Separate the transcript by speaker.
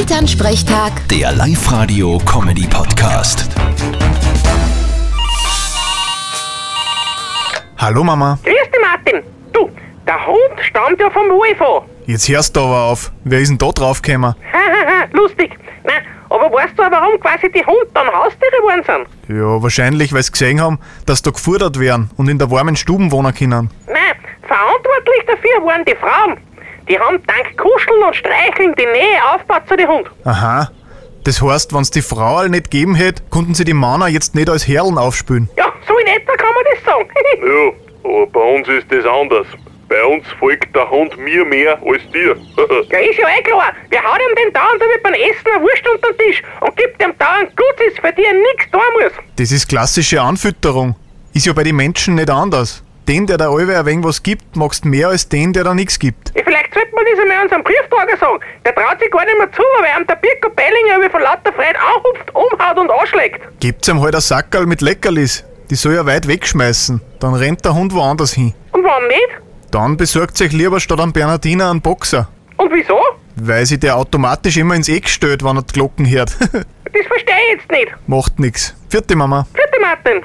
Speaker 1: Elternsprechtag,
Speaker 2: Der Live-Radio-Comedy-Podcast.
Speaker 3: Hallo Mama,
Speaker 4: Grüß dich, Martin. Du, der Hund stammt ja vom Wolf an.
Speaker 3: jetzt hörst du aber auf. Wer ist denn da draufgekommen?
Speaker 4: Hahaha, lustig. Nein, aber weißt du auch, warum quasi die Hunde dann Haustiere geworden sind?
Speaker 3: Ja, wahrscheinlich, weil sie gesehen haben, dass da gefordert werden und in der warmen Stuben wohnen können.
Speaker 4: Nein, verantwortlich dafür waren die Frauen. Die haben dank Kuscheln und Streicheln die Nähe aufgebaut zu den Hund.
Speaker 3: Aha. Das heißt, wenn's die Frau all nicht gegeben hätte, konnten sie die Männer jetzt nicht als Herren aufspülen.
Speaker 4: Ja, so in etwa kann man das sagen.
Speaker 5: Ja, aber bei uns ist das anders. Bei uns folgt der Hund mir mehr als dir.
Speaker 4: ja, ist ja eh klar. Wer haut ihm den dauernd über beim Essen eine Wurst unter den Tisch und gibt dem dauernd Gutes, für die er nichts tun muss?
Speaker 3: Das ist klassische Anfütterung. Ist ja bei den Menschen nicht anders. Den, der der Alwe ein wenig was gibt, magst mehr als den, der da nichts gibt.
Speaker 4: Ja, Vielleicht sollte man das einmal unserem Briefträger sagen. Der traut sich gar nicht mehr zu, weil ihm der Birko Bellinger wie von lauter Freude anhupft, umhaut und anschlägt.
Speaker 3: Gibt's ihm halt ein Sackerl mit Leckerlis. Die soll er weit wegschmeißen. Dann rennt der Hund woanders hin.
Speaker 4: Und wann nicht?
Speaker 3: Dann besorgt sich lieber statt einem Bernardiner einen Boxer.
Speaker 4: Und wieso?
Speaker 3: Weil sich der automatisch immer ins Eck stellt, wenn er die Glocken hört.
Speaker 4: Das verstehe ich jetzt nicht.
Speaker 3: Macht nix. Vierte Mama.
Speaker 4: Vierte Martin.